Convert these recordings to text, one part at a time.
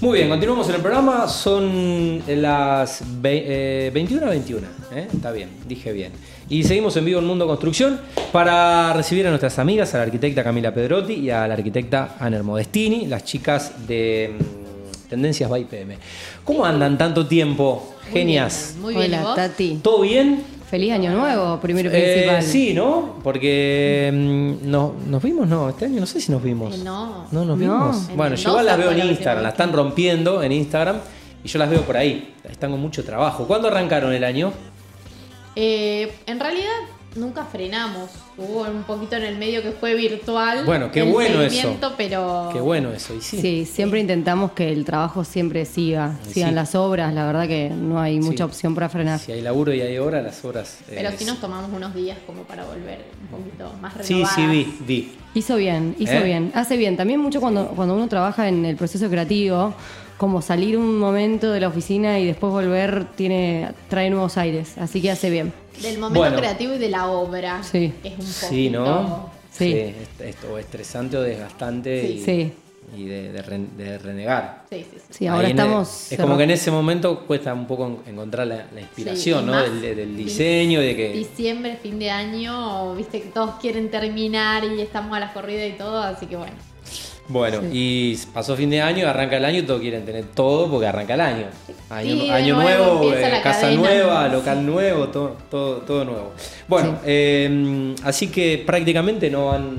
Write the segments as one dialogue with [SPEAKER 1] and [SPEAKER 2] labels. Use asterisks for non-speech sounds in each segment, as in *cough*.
[SPEAKER 1] Muy bien, continuamos en el programa. Son las ve- eh, 21 a 21. ¿eh? Está bien, dije bien. Y seguimos en vivo en Mundo Construcción para recibir a nuestras amigas, a la arquitecta Camila Pedrotti y a la arquitecta Aner Modestini, las chicas de mm, Tendencias by PM. ¿Cómo andan tanto tiempo, genias?
[SPEAKER 2] Muy bien,
[SPEAKER 3] Hola,
[SPEAKER 2] ¿y vos?
[SPEAKER 3] Tati.
[SPEAKER 1] ¿Todo bien?
[SPEAKER 3] Feliz año nuevo, primero y
[SPEAKER 1] Eh,
[SPEAKER 3] principal.
[SPEAKER 1] sí, ¿no? Porque mm, no, nos vimos, no, este año no sé si nos vimos.
[SPEAKER 2] Eh, no.
[SPEAKER 1] No nos
[SPEAKER 3] No.
[SPEAKER 1] vimos.
[SPEAKER 2] En
[SPEAKER 1] Bueno, yo
[SPEAKER 2] Mendoza
[SPEAKER 1] igual las veo
[SPEAKER 2] fue
[SPEAKER 1] en
[SPEAKER 2] la última
[SPEAKER 1] Instagram,
[SPEAKER 2] vez
[SPEAKER 1] las
[SPEAKER 2] que-
[SPEAKER 1] están rompiendo en Instagram y yo las veo por ahí. Están con mucho trabajo. ¿Cuándo arrancaron el año?
[SPEAKER 2] Eh, en realidad nunca frenamos. Hubo un poquito en el medio que fue virtual.
[SPEAKER 1] Bueno, qué
[SPEAKER 2] el
[SPEAKER 1] bueno eso.
[SPEAKER 2] seguimiento, Pero
[SPEAKER 1] Qué bueno eso, y sí.
[SPEAKER 3] Sí. siempre intentamos que el trabajo siempre siga,
[SPEAKER 1] Sí.
[SPEAKER 3] sigan las obras, la verdad que no hay mucha opción para frenar.
[SPEAKER 1] Si hay laburo y hay hora, las horas. eh,
[SPEAKER 2] Pero sí
[SPEAKER 1] es-
[SPEAKER 2] nos tomamos unos días como para volver un poquito más
[SPEAKER 1] Sí,
[SPEAKER 2] renovadas.
[SPEAKER 1] sí, vi, vi.
[SPEAKER 3] Hizo bien, hizo
[SPEAKER 1] ¿Eh?
[SPEAKER 3] bien, hace bien. También mucho cuando, cuando uno trabaja en el proceso creativo, como salir un momento de la oficina y después volver tiene trae nuevos aires, así que hace bien.
[SPEAKER 2] Del momento
[SPEAKER 1] Bueno.
[SPEAKER 2] creativo y de la obra.
[SPEAKER 3] Sí.
[SPEAKER 2] que es un poquito...
[SPEAKER 1] Sí, ¿no?
[SPEAKER 3] Sí.
[SPEAKER 1] es- es- o estresante o desgastante
[SPEAKER 2] Sí.
[SPEAKER 1] y,
[SPEAKER 3] Sí.
[SPEAKER 1] y de- de ren- de renegar.
[SPEAKER 2] Sí, sí, sí.
[SPEAKER 3] Sí, ahora
[SPEAKER 1] Ahí en-
[SPEAKER 3] estamos
[SPEAKER 1] es como que en
[SPEAKER 3] cerrando-
[SPEAKER 1] ese momento cuesta un poco en- encontrar la, la inspiración,
[SPEAKER 2] Sí, y
[SPEAKER 1] ¿no?
[SPEAKER 2] más
[SPEAKER 1] Del, del
[SPEAKER 2] di-
[SPEAKER 1] diseño, de que.
[SPEAKER 2] Diciembre, fin de año, viste que todos quieren terminar y estamos a la corrida y todo, así que bueno.
[SPEAKER 1] Bueno, y pasó fin de año, arranca el año y todos quieren tener todo porque arranca el año. Año,
[SPEAKER 2] Sí, de
[SPEAKER 1] año
[SPEAKER 2] nuevo
[SPEAKER 1] nuevo,
[SPEAKER 2] empieza
[SPEAKER 1] eh,
[SPEAKER 2] la
[SPEAKER 1] casa
[SPEAKER 2] cadena.
[SPEAKER 1] nueva, local nuevo, todo, todo, todo nuevo. Bueno, eh, así que prácticamente no han.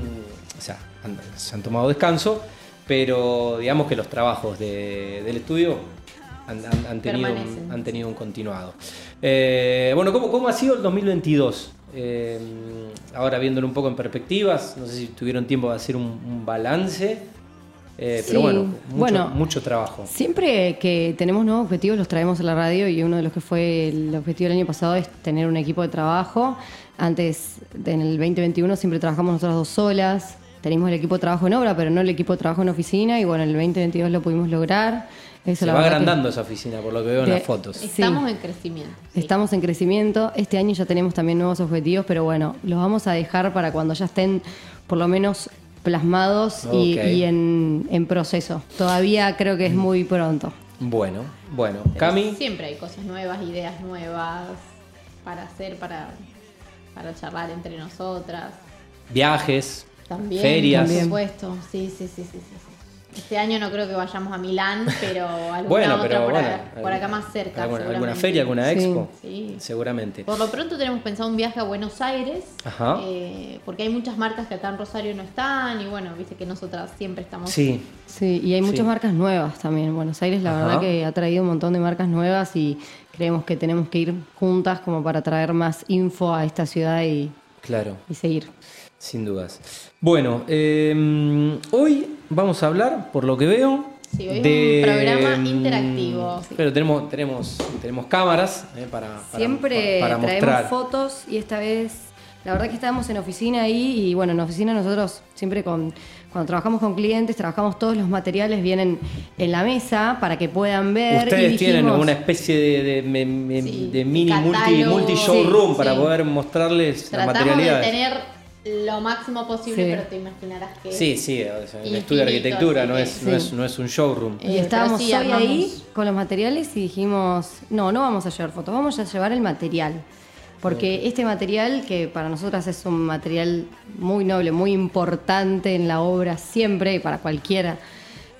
[SPEAKER 1] O sea, han- se han tomado descanso, pero digamos que los trabajos de- del estudio. Han, han- han tenido, un,
[SPEAKER 2] Permanecen.
[SPEAKER 1] han tenido un continuado. Eh, bueno, ¿cómo, ¿cómo ha sido el 2022? Eh, ahora viéndolo un poco en perspectivas, no sé si tuvieron tiempo de hacer un, un balance, eh, pero
[SPEAKER 3] Sí,
[SPEAKER 1] bueno mucho,
[SPEAKER 3] bueno.
[SPEAKER 1] mucho trabajo.
[SPEAKER 3] Siempre que tenemos nuevos objetivos los traemos a la radio y uno de los que fue el objetivo del año pasado es tener un equipo de trabajo. Antes, en el 2021, siempre trabajamos nosotras dos solas. Teníamos el equipo de trabajo en obra, pero no el equipo de trabajo en oficina y bueno, en el 2022 lo pudimos lograr. Eso,
[SPEAKER 1] Se
[SPEAKER 3] la
[SPEAKER 1] va
[SPEAKER 3] verdad que
[SPEAKER 1] agrandando esa oficina, por lo que veo en
[SPEAKER 3] De-
[SPEAKER 1] las fotos.
[SPEAKER 3] Sí.
[SPEAKER 2] Estamos en crecimiento. sí.
[SPEAKER 3] Estamos en crecimiento, este año ya tenemos también nuevos objetivos, pero bueno, los vamos a dejar para cuando ya estén por lo menos plasmados y-
[SPEAKER 1] Ok. Mm.
[SPEAKER 3] y, en, en proceso. Todavía creo que es muy pronto.
[SPEAKER 1] Bueno, bueno.
[SPEAKER 2] Pero
[SPEAKER 1] Cami,
[SPEAKER 2] Siempre hay cosas nuevas, ideas nuevas para hacer, para, para charlar entre nosotras.
[SPEAKER 1] viajes,
[SPEAKER 2] También,
[SPEAKER 1] ferias.
[SPEAKER 2] por supuesto. Sí, sí, sí, sí, sí, sí. Este año no creo que vayamos
[SPEAKER 1] *laughs*
[SPEAKER 2] a Milán, pero alguna
[SPEAKER 1] Bueno,
[SPEAKER 2] otra
[SPEAKER 1] pero
[SPEAKER 2] por,
[SPEAKER 1] bueno,
[SPEAKER 2] acá, por acá más cerca.
[SPEAKER 1] Alguna, alguna
[SPEAKER 2] seguramente.
[SPEAKER 1] feria, alguna
[SPEAKER 3] Sí.
[SPEAKER 1] expo,
[SPEAKER 2] Sí.
[SPEAKER 1] seguramente.
[SPEAKER 2] Por lo pronto tenemos pensado un viaje a Buenos Aires,
[SPEAKER 1] Ajá.
[SPEAKER 2] eh, porque hay muchas marcas que acá en Rosario no están y bueno, viste que nosotras siempre estamos
[SPEAKER 1] Sí,
[SPEAKER 3] Sí, y hay muchas
[SPEAKER 1] Sí.
[SPEAKER 3] marcas nuevas también. Buenos Aires, la
[SPEAKER 1] Ajá.
[SPEAKER 3] verdad que ha traído un montón de marcas nuevas y creemos que tenemos que ir juntas como para traer más info a esta ciudad y,
[SPEAKER 1] claro.
[SPEAKER 3] y seguir.
[SPEAKER 1] Sin dudas. Bueno, eh, hoy vamos a hablar, por lo que veo, em,
[SPEAKER 2] Sí, hoy es un programa interactivo.
[SPEAKER 1] Pero tenemos, tenemos, tenemos cámaras eh, para, para-
[SPEAKER 3] Siempre
[SPEAKER 1] para
[SPEAKER 3] traemos
[SPEAKER 1] mostrar.
[SPEAKER 3] fotos y esta vez, la verdad que estábamos en oficina ahí y bueno, en oficina nosotros siempre con, cuando trabajamos con clientes, trabajamos todos los materiales, vienen en la mesa para que puedan ver. y
[SPEAKER 1] Ustedes tienen
[SPEAKER 3] dijimos-
[SPEAKER 1] una especie de, de- me- me-
[SPEAKER 2] Sí,
[SPEAKER 1] de mini multi,
[SPEAKER 2] catálogo.
[SPEAKER 1] multi showroom
[SPEAKER 2] Sí,
[SPEAKER 1] para
[SPEAKER 2] sí.
[SPEAKER 1] poder mostrarles la
[SPEAKER 2] Tratamos de
[SPEAKER 1] materialidad.
[SPEAKER 2] tener lo máximo posible,
[SPEAKER 3] Sí.
[SPEAKER 2] pero te imaginarás que
[SPEAKER 1] Sí, sí, eh, es un
[SPEAKER 2] Infinito,
[SPEAKER 1] estudio de arquitectura,
[SPEAKER 2] así
[SPEAKER 1] no
[SPEAKER 2] que-
[SPEAKER 1] es, no,
[SPEAKER 3] Sí.
[SPEAKER 1] es, no es un showroom.
[SPEAKER 2] Eh,
[SPEAKER 3] Y estábamos
[SPEAKER 2] pero sí,
[SPEAKER 3] hoy
[SPEAKER 2] armamos.
[SPEAKER 3] ahí con los materiales y dijimos, no, no vamos a llevar fotos, vamos a llevar el material. Porque este material, que para nosotras es un material muy noble, muy importante en la obra siempre y para cualquiera,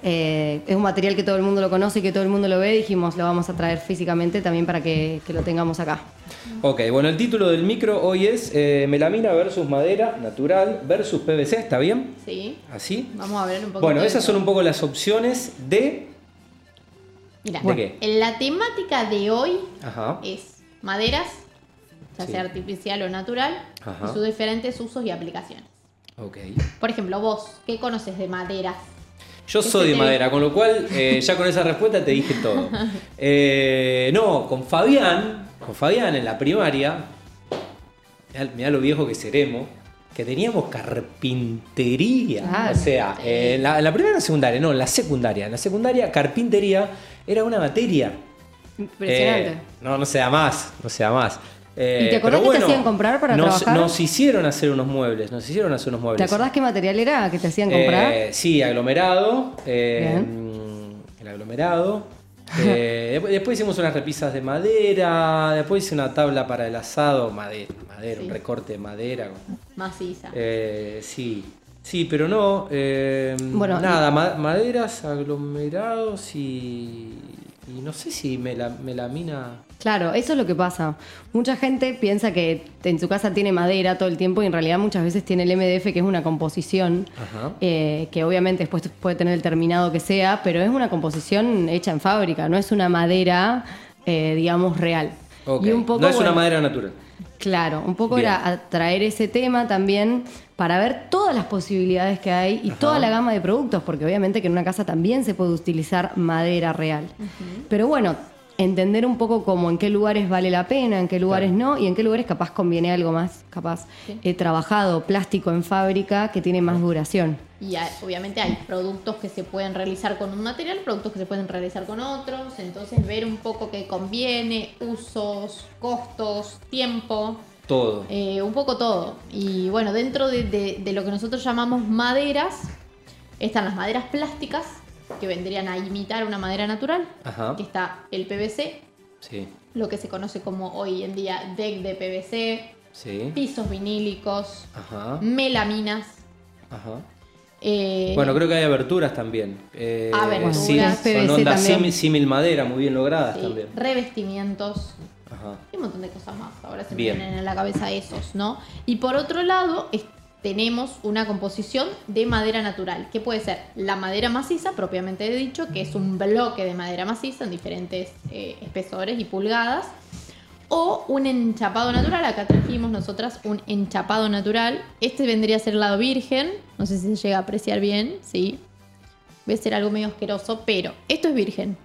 [SPEAKER 3] eh, es un material que todo el mundo lo conoce y que todo el mundo lo ve, dijimos, lo vamos a traer físicamente también para que, que lo tengamos acá.
[SPEAKER 1] Ok, bueno, el título del micro hoy es eh, Melamina versus madera natural versus PVC, ¿está bien?
[SPEAKER 2] Sí.
[SPEAKER 1] ¿Así?
[SPEAKER 2] Vamos a ver un poco.
[SPEAKER 1] Bueno, esas son un poco las opciones de...
[SPEAKER 2] Mira,
[SPEAKER 1] ¿De qué?
[SPEAKER 2] la temática de hoy
[SPEAKER 1] Ajá.
[SPEAKER 2] es maderas, ya
[SPEAKER 1] Sí.
[SPEAKER 2] sea artificial o natural,
[SPEAKER 1] Ajá.
[SPEAKER 2] y sus diferentes usos y aplicaciones.
[SPEAKER 1] Ok.
[SPEAKER 2] Por ejemplo, vos, ¿qué conoces de maderas?
[SPEAKER 1] Yo soy de
[SPEAKER 2] Este-
[SPEAKER 1] madera, con lo cual eh, ya con esa respuesta te dije
[SPEAKER 3] *laughs*
[SPEAKER 1] todo. Eh, no, con Fabián, con Fabián en la primaria, mirá, mirá lo viejo que seremos, que teníamos carpintería.
[SPEAKER 3] Claro.
[SPEAKER 1] O sea, eh, en la, en la primera o la secundaria, no, en la secundaria. En la secundaria, carpintería era una materia.
[SPEAKER 3] Impresionante.
[SPEAKER 1] Eh, no, no se da más, no se da más. Eh,
[SPEAKER 3] ¿Y te acordás
[SPEAKER 1] pero
[SPEAKER 3] que te
[SPEAKER 1] bueno,
[SPEAKER 3] hacían comprar para
[SPEAKER 1] nos,
[SPEAKER 3] trabajar?
[SPEAKER 1] Nos hicieron hacer unos muebles, nos hicieron hacer unos muebles.
[SPEAKER 2] Eh,
[SPEAKER 3] ¿Te acordás qué material era que te hacían comprar?
[SPEAKER 1] Eh, sí, aglomerado. eh,
[SPEAKER 3] Bien.
[SPEAKER 1] el el aglomerado. Eh, *laughs* dep- después hicimos unas repisas de madera, después hice una tabla para el asado, madera, madera, un
[SPEAKER 2] Sí.
[SPEAKER 1] recorte de madera.
[SPEAKER 2] maciza.
[SPEAKER 1] Eh, sí, sí, pero no. eh,
[SPEAKER 3] Bueno,
[SPEAKER 1] nada, ma- maderas, aglomerados y, y no sé si mela- melamina.
[SPEAKER 3] Claro, eso es lo que pasa. Mucha gente piensa que en su casa tiene madera todo el tiempo y en realidad muchas veces tiene el MDF, que es una composición,
[SPEAKER 1] Ajá.
[SPEAKER 3] eh, que obviamente después puede tener el terminado que sea, pero es una composición hecha en fábrica, no es una madera, eh, digamos, real.
[SPEAKER 1] Ok,
[SPEAKER 3] Y un poco,
[SPEAKER 1] no es una
[SPEAKER 3] bueno,
[SPEAKER 1] madera natural.
[SPEAKER 3] Claro, un poco
[SPEAKER 1] Bien.
[SPEAKER 3] era atraer ese tema también para ver todas las posibilidades que hay y
[SPEAKER 1] Ajá.
[SPEAKER 3] toda la gama de productos, porque obviamente que en una casa también se puede utilizar madera real. Pero bueno, entender un poco como en qué lugares vale la pena, en qué lugares no y en qué lugares capaz conviene algo más, capaz
[SPEAKER 2] Sí.
[SPEAKER 3] he trabajado plástico en fábrica que tiene más duración.
[SPEAKER 2] Y hay- obviamente hay productos que se pueden realizar con un material, productos que se pueden realizar con otros, entonces ver un poco qué conviene, usos, costos, tiempo,
[SPEAKER 1] Todo.
[SPEAKER 2] eh, un poco todo. Y bueno, dentro de, de- de lo que nosotros llamamos maderas, están las maderas plásticas, que vendrían a imitar una madera natural,
[SPEAKER 1] Ajá.
[SPEAKER 2] que está el PVC,
[SPEAKER 1] Sí,
[SPEAKER 2] lo que se conoce como hoy en día deck de PVC,
[SPEAKER 1] sí.
[SPEAKER 2] pisos vinílicos,
[SPEAKER 1] Ajá,
[SPEAKER 2] melaminas.
[SPEAKER 1] ajá.
[SPEAKER 2] eh,
[SPEAKER 1] Bueno, creo que hay aberturas también. Eh,
[SPEAKER 3] Ah,
[SPEAKER 2] Aberturas.
[SPEAKER 1] sí, son
[SPEAKER 3] PVC
[SPEAKER 1] ondas
[SPEAKER 3] también.
[SPEAKER 1] símil, símil madera, muy bien logradas
[SPEAKER 2] Sí,
[SPEAKER 1] también.
[SPEAKER 2] revestimientos
[SPEAKER 1] Ajá.
[SPEAKER 2] y un montón de cosas más. Ahora se
[SPEAKER 1] Bien.
[SPEAKER 2] me vienen en la cabeza esos, ¿no? Y por otro lado, es- tenemos una composición de madera natural, que puede ser la madera maciza, propiamente dicho, que es un bloque de madera maciza en diferentes eh, espesores y pulgadas, o un enchapado natural. Acá trajimos nosotras un enchapado natural. Este vendría a ser el lado virgen, no sé si se llega a apreciar bien, ¿sí? Voy a ser algo medio asqueroso, pero esto es virgen.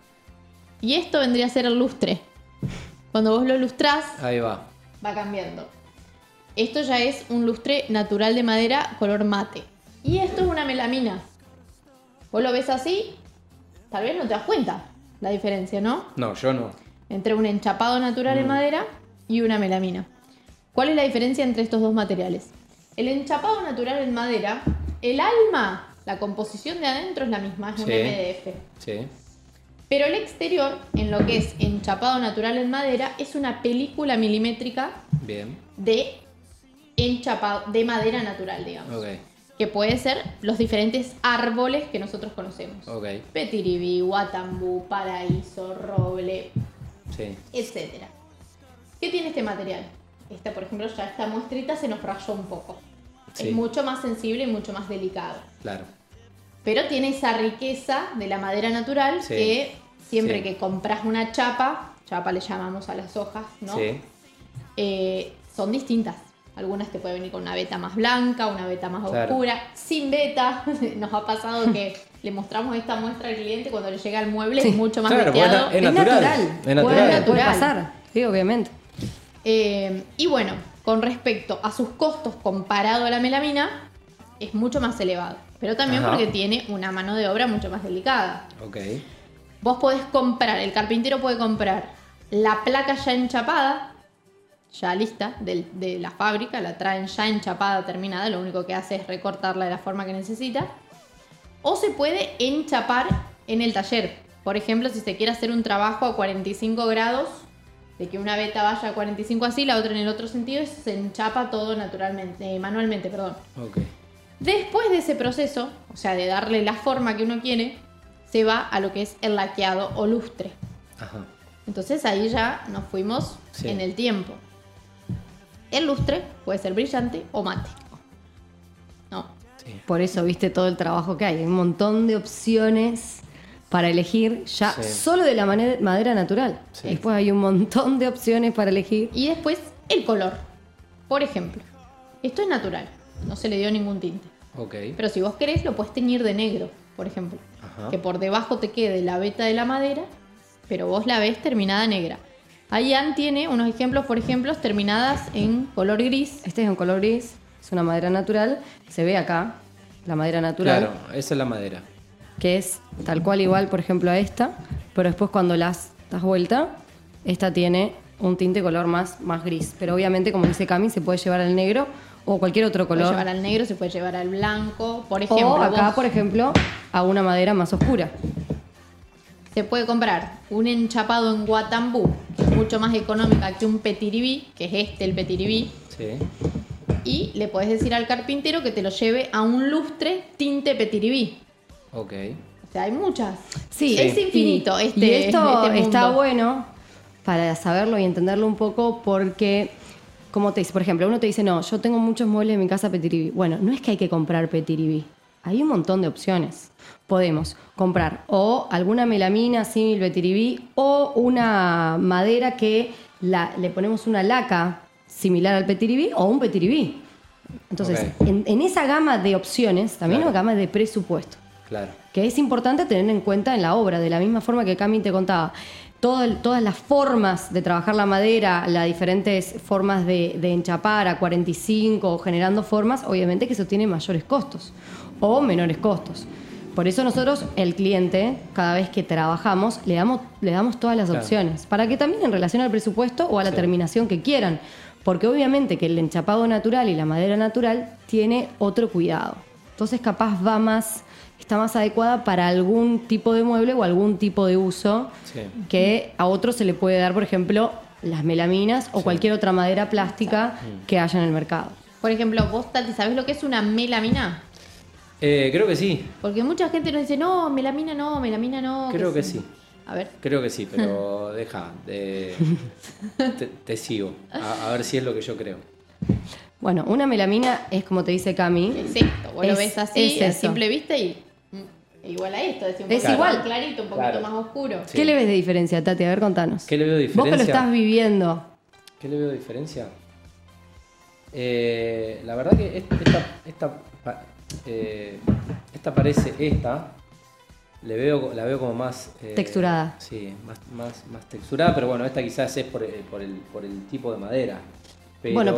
[SPEAKER 2] Y esto vendría a ser el lustre. Cuando vos lo lustrás,
[SPEAKER 1] Ahí va.
[SPEAKER 2] va cambiando. Esto ya es un lustre natural de madera color mate. Y esto es una melamina. Vos lo ves así, tal vez no te das cuenta la diferencia, ¿no?
[SPEAKER 1] No, yo no.
[SPEAKER 2] Entre un enchapado natural de madera y una melamina. ¿Cuál es la diferencia entre estos dos materiales? El enchapado natural en madera, el alma, la composición de adentro es la misma, es un
[SPEAKER 1] Sí.
[SPEAKER 2] MDF.
[SPEAKER 1] Sí.
[SPEAKER 2] Pero el exterior, en lo que es enchapado natural en madera, es una película milimétrica
[SPEAKER 1] Bien.
[SPEAKER 2] de enchapado, de madera natural, digamos.
[SPEAKER 1] Ok.
[SPEAKER 2] Que puede ser los diferentes árboles que nosotros conocemos.
[SPEAKER 1] Ok.
[SPEAKER 2] Petiribí, Guatambú, Paraíso, Roble,
[SPEAKER 1] Sí.
[SPEAKER 2] etc. ¿Qué tiene este material? Esta, por ejemplo, ya esta muestrita se nos rayó un poco.
[SPEAKER 1] Sí.
[SPEAKER 2] Es mucho más sensible y mucho más delicado.
[SPEAKER 1] Claro.
[SPEAKER 2] Pero tiene esa riqueza de la madera natural
[SPEAKER 1] Sí.
[SPEAKER 2] que siempre
[SPEAKER 1] Sí.
[SPEAKER 2] que compras una chapa, chapa le llamamos a las hojas, ¿no?
[SPEAKER 1] Sí.
[SPEAKER 2] eh, son distintas. Algunas te puede venir con una beta más blanca, una beta más
[SPEAKER 1] Claro.
[SPEAKER 2] oscura, sin beta. *laughs* Nos ha pasado que *laughs* le mostramos esta muestra al cliente cuando le llega al mueble es mucho más
[SPEAKER 1] Claro, porque
[SPEAKER 2] veteado.
[SPEAKER 1] es na- natural. Es natural.
[SPEAKER 3] Puede, puede
[SPEAKER 2] Natural.
[SPEAKER 3] pasar, sí, obviamente.
[SPEAKER 2] Eh, y bueno, con respecto a sus costos comparado a la melamina, es mucho más elevado. Pero también
[SPEAKER 1] Ajá.
[SPEAKER 2] porque tiene una mano de obra mucho más delicada.
[SPEAKER 1] Ok.
[SPEAKER 2] Vos podés comprar, el carpintero puede comprar la placa ya enchapada, ya lista, del- de la fábrica, la traen ya enchapada, terminada, lo único que hace es recortarla de la forma que necesita. O se puede enchapar en el taller. Por ejemplo, si se quiere hacer un trabajo a 45 grados, de que una veta vaya a 45 así, la otra en el otro sentido, se enchapa todo naturalmente, eh, manualmente, perdón.
[SPEAKER 1] Ok.
[SPEAKER 2] Después de ese proceso, o sea, de darle la forma que uno quiere, se va a lo que es el laqueado o lustre.
[SPEAKER 1] Ajá.
[SPEAKER 2] Entonces ahí ya nos fuimos
[SPEAKER 1] Sí.
[SPEAKER 2] en el tiempo. El lustre puede ser brillante o mate. No.
[SPEAKER 1] Sí.
[SPEAKER 3] Por eso viste todo el trabajo que hay. Hay un montón de opciones para elegir ya
[SPEAKER 1] Sí.
[SPEAKER 3] solo de la mane- madera natural.
[SPEAKER 1] Sí.
[SPEAKER 3] Después hay un montón de opciones para elegir.
[SPEAKER 2] Y después el color. Por ejemplo, esto es natural, no se le dio ningún tinte.
[SPEAKER 1] Ok.
[SPEAKER 2] Pero si vos querés lo puedes teñir de negro, por ejemplo.
[SPEAKER 1] Ajá.
[SPEAKER 2] Que por debajo te quede la veta de la madera, pero vos la ves terminada negra. Ayan tiene unos ejemplos, por ejemplo, terminadas en color gris.
[SPEAKER 3] Este es un color gris, es una madera natural. Se ve acá la madera natural,
[SPEAKER 1] Claro, esa es la madera.
[SPEAKER 3] que es tal cual igual, por ejemplo, a esta. Pero después cuando las das vuelta, esta tiene un tinte color más, más gris. Pero obviamente, como dice Cami, se puede llevar al negro o cualquier otro
[SPEAKER 2] Se puede
[SPEAKER 3] color.
[SPEAKER 2] llevar al negro, se puede llevar al blanco. Por ejemplo,
[SPEAKER 3] o acá,
[SPEAKER 2] vos-
[SPEAKER 3] por ejemplo, a una madera más oscura.
[SPEAKER 2] se puede comprar un enchapado en Guatambú, que es mucho más económica que un petiribí, que es este el petiribí,
[SPEAKER 1] Sí.
[SPEAKER 2] y le podés decir al carpintero que te lo lleve a un lustre tinte petiribí.
[SPEAKER 1] Ok.
[SPEAKER 2] O sea, hay muchas.
[SPEAKER 3] Sí,
[SPEAKER 2] es infinito
[SPEAKER 3] Y-
[SPEAKER 2] este.
[SPEAKER 3] y esto
[SPEAKER 2] este mundo.
[SPEAKER 3] está bueno para saberlo y entenderlo un poco porque, como te dice, por ejemplo, uno te dice, no, yo tengo muchos muebles en mi casa petiribí. Bueno, no es que hay que comprar petiribí. Hay un montón de opciones. Podemos comprar o alguna melamina símil petiribí o una madera que la- le ponemos una laca similar al petiribí o un petiribí. Entonces,
[SPEAKER 1] Ok.
[SPEAKER 3] en, en esa gama de opciones también hay
[SPEAKER 1] Claro.
[SPEAKER 3] una gama de presupuesto
[SPEAKER 1] Claro.
[SPEAKER 3] que es importante tener en cuenta en la obra, de la misma forma que Cami te contaba. Todo el- todas las formas de trabajar la madera, las diferentes formas de, de enchapar a 45 o generando formas, obviamente que eso tiene mayores costos o menores costos. Por eso nosotros, el cliente, cada vez que trabajamos, le damos, le damos todas las
[SPEAKER 1] Claro.
[SPEAKER 3] opciones, para que también en relación al presupuesto o a la
[SPEAKER 1] Sí.
[SPEAKER 3] terminación que quieran, porque obviamente que el enchapado natural y la madera natural tiene otro cuidado. Entonces capaz va más, está más adecuada para algún tipo de mueble o algún tipo de uso
[SPEAKER 1] Sí.
[SPEAKER 3] que a otro se le puede dar, por ejemplo, las melaminas o
[SPEAKER 1] Sí. Mm.
[SPEAKER 3] cualquier otra madera plástica que haya en el mercado.
[SPEAKER 2] Por ejemplo, vos, Tati, ¿sabés lo que es una melamina?
[SPEAKER 1] Eh, creo que sí.
[SPEAKER 2] Porque mucha gente nos dice, no, melamina no, melamina no.
[SPEAKER 1] Creo que
[SPEAKER 2] sé yo".
[SPEAKER 1] sí.
[SPEAKER 2] A ver.
[SPEAKER 1] Creo que sí,
[SPEAKER 3] *laughs*
[SPEAKER 1] pero deja. eh, te, te sigo. A, a ver si es lo que yo creo.
[SPEAKER 3] Bueno, una melamina es como te dice Cami.
[SPEAKER 2] Es esto, vos lo
[SPEAKER 3] Es-
[SPEAKER 2] ves así,
[SPEAKER 3] es
[SPEAKER 2] a
[SPEAKER 3] eso.
[SPEAKER 2] simple vista y mm, igual a esto, es, un
[SPEAKER 3] Es
[SPEAKER 2] poquito más
[SPEAKER 3] igual.
[SPEAKER 2] clarito, un poquito
[SPEAKER 1] Claro.
[SPEAKER 2] más oscuro.
[SPEAKER 1] Sí.
[SPEAKER 3] ¿Qué le ves de diferencia, Tati? A ver, contanos.
[SPEAKER 1] ¿Qué le veo de
[SPEAKER 3] Vos que lo
[SPEAKER 1] diferencia?
[SPEAKER 3] estás viviendo.
[SPEAKER 1] ¿Qué le veo de diferencia? Eh, la verdad que es- esta, esta, pa- eh, esta parece esta. Le veo, la veo como más... eh,
[SPEAKER 3] Texturada.
[SPEAKER 1] Sí, más, más, más texturada, pero bueno, esta quizás es por, eh, por el, por el tipo de madera. Pero,
[SPEAKER 3] Bueno,